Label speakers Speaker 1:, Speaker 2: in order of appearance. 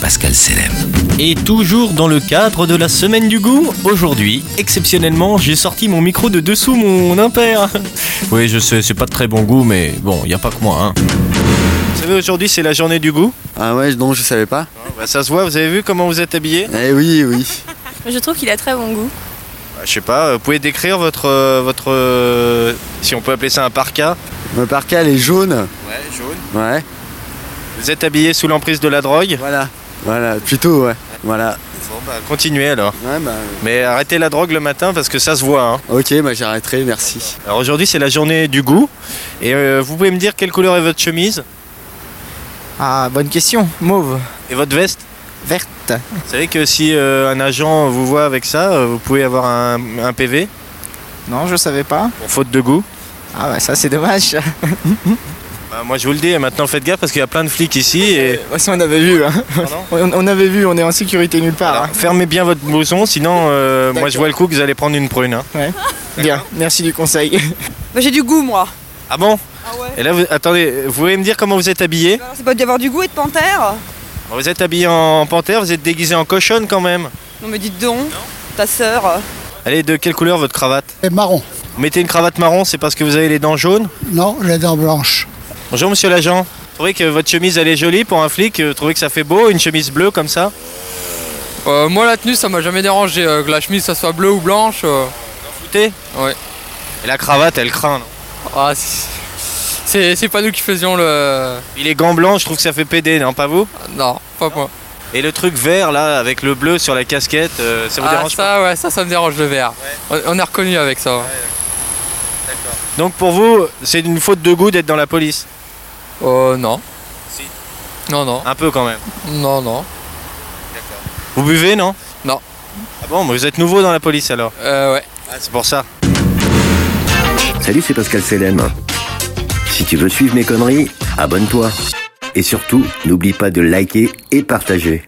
Speaker 1: Pascal Selem.
Speaker 2: Et toujours dans le cadre de la semaine du goût, aujourd'hui, exceptionnellement, j'ai sorti mon micro de dessous mon impair. Oui, je sais, c'est pas de très bon goût, mais bon, y a pas que moi. Hein. Vous savez, aujourd'hui, c'est la journée du goût.
Speaker 3: Ah ouais, non, je savais pas.
Speaker 2: Bah, ça se voit, vous avez vu comment vous êtes habillé
Speaker 3: Eh oui, oui.
Speaker 4: Je trouve qu'il a très bon goût.
Speaker 2: Bah, Je sais pas, vous pouvez décrire votre. euh, votre euh, si on peut appeler ça un parka
Speaker 3: Le parka, elle est jaune.
Speaker 2: Ouais, jaune.
Speaker 3: Ouais.
Speaker 2: Vous êtes habillé sous l'emprise de la drogue
Speaker 3: Voilà. Voilà, plutôt, ouais. Voilà.
Speaker 2: Bon, bah, continuez alors.
Speaker 3: Ouais, bah.
Speaker 2: Mais arrêtez la drogue le matin parce que ça se voit. hein.
Speaker 3: Ok, bah j'arrêterai, merci.
Speaker 2: Alors aujourd'hui, c'est la journée du goût. Et euh, vous pouvez me dire quelle couleur est votre chemise
Speaker 5: Ah, bonne question. Mauve,
Speaker 2: et votre veste
Speaker 5: verte.
Speaker 2: Vous savez que si euh, un agent vous voit avec ça, euh, vous pouvez avoir un, un PV
Speaker 5: Non, je savais pas.
Speaker 2: pour faute de goût.
Speaker 5: Ah, bah ça, c'est dommage.
Speaker 2: Bah, moi je vous le dis, maintenant faites gaffe parce qu'il y a plein de flics ici et
Speaker 5: Ouais, ça, on avait vu. hein.
Speaker 2: Pardon
Speaker 5: On, on avait vu, on est en sécurité nulle part.
Speaker 2: Alors, fermez bien votre blouson, sinon euh, moi je vois le coup que vous allez prendre une prune. hein.
Speaker 5: hein. Bien, merci du conseil.
Speaker 4: Bah, j'ai du goût, moi.
Speaker 2: Ah bon
Speaker 4: Ah ouais
Speaker 2: Et là, vous, attendez, vous pouvez me dire comment vous êtes habillé
Speaker 4: C'est pas d'y avoir du goût et de panthère
Speaker 2: Vous êtes habillé en panthère, vous êtes déguisé en cochonne quand même.
Speaker 4: Non, mais dites donc, ta sœur.
Speaker 2: Allez, de quelle couleur votre cravate
Speaker 6: Et marron.
Speaker 2: Vous mettez une cravate marron, c'est parce que vous avez les dents jaunes
Speaker 6: Non, les dents blanches.
Speaker 2: Bonjour monsieur l'agent. Vous trouvez que votre chemise elle est jolie pour un flic euh, Vous trouvez que ça fait beau, une chemise bleue comme ça
Speaker 7: Euh, moi la tenue ça m'a jamais dérangé, euh, que la chemise ça soit bleue ou blanche. euh,
Speaker 2: Foutez
Speaker 7: Ouais.
Speaker 2: Et la cravate elle craint. non
Speaker 7: ah, c'est- c'est c'est pas nous qui faisions le.
Speaker 2: Et les gants blancs, je trouve que ça fait PD, non pas vous
Speaker 7: Non, pas moi.
Speaker 2: Et le truc vert là, avec le bleu sur la casquette, euh, ça vous
Speaker 7: ah,
Speaker 2: dérange
Speaker 7: ça,
Speaker 2: pas
Speaker 7: ouais, ça, ça me dérange le vert. On, on est reconnu avec ça. ouais.
Speaker 2: Donc pour vous, c'est une faute de goût d'être dans la police
Speaker 7: Euh, non.
Speaker 2: Si. Ah.
Speaker 7: Non, non,
Speaker 2: Un peu quand même.
Speaker 7: non, non.
Speaker 2: Vous buvez, non
Speaker 7: Non.
Speaker 2: Ah bon, mais vous êtes nouveau dans la police alors
Speaker 7: Euh, ouais.
Speaker 2: Ah, c'est pour ça.
Speaker 1: Salut, c'est Pascal Selem. Si tu veux suivre mes conneries, abonne-toi. Et surtout, n'oublie pas de liker et partager.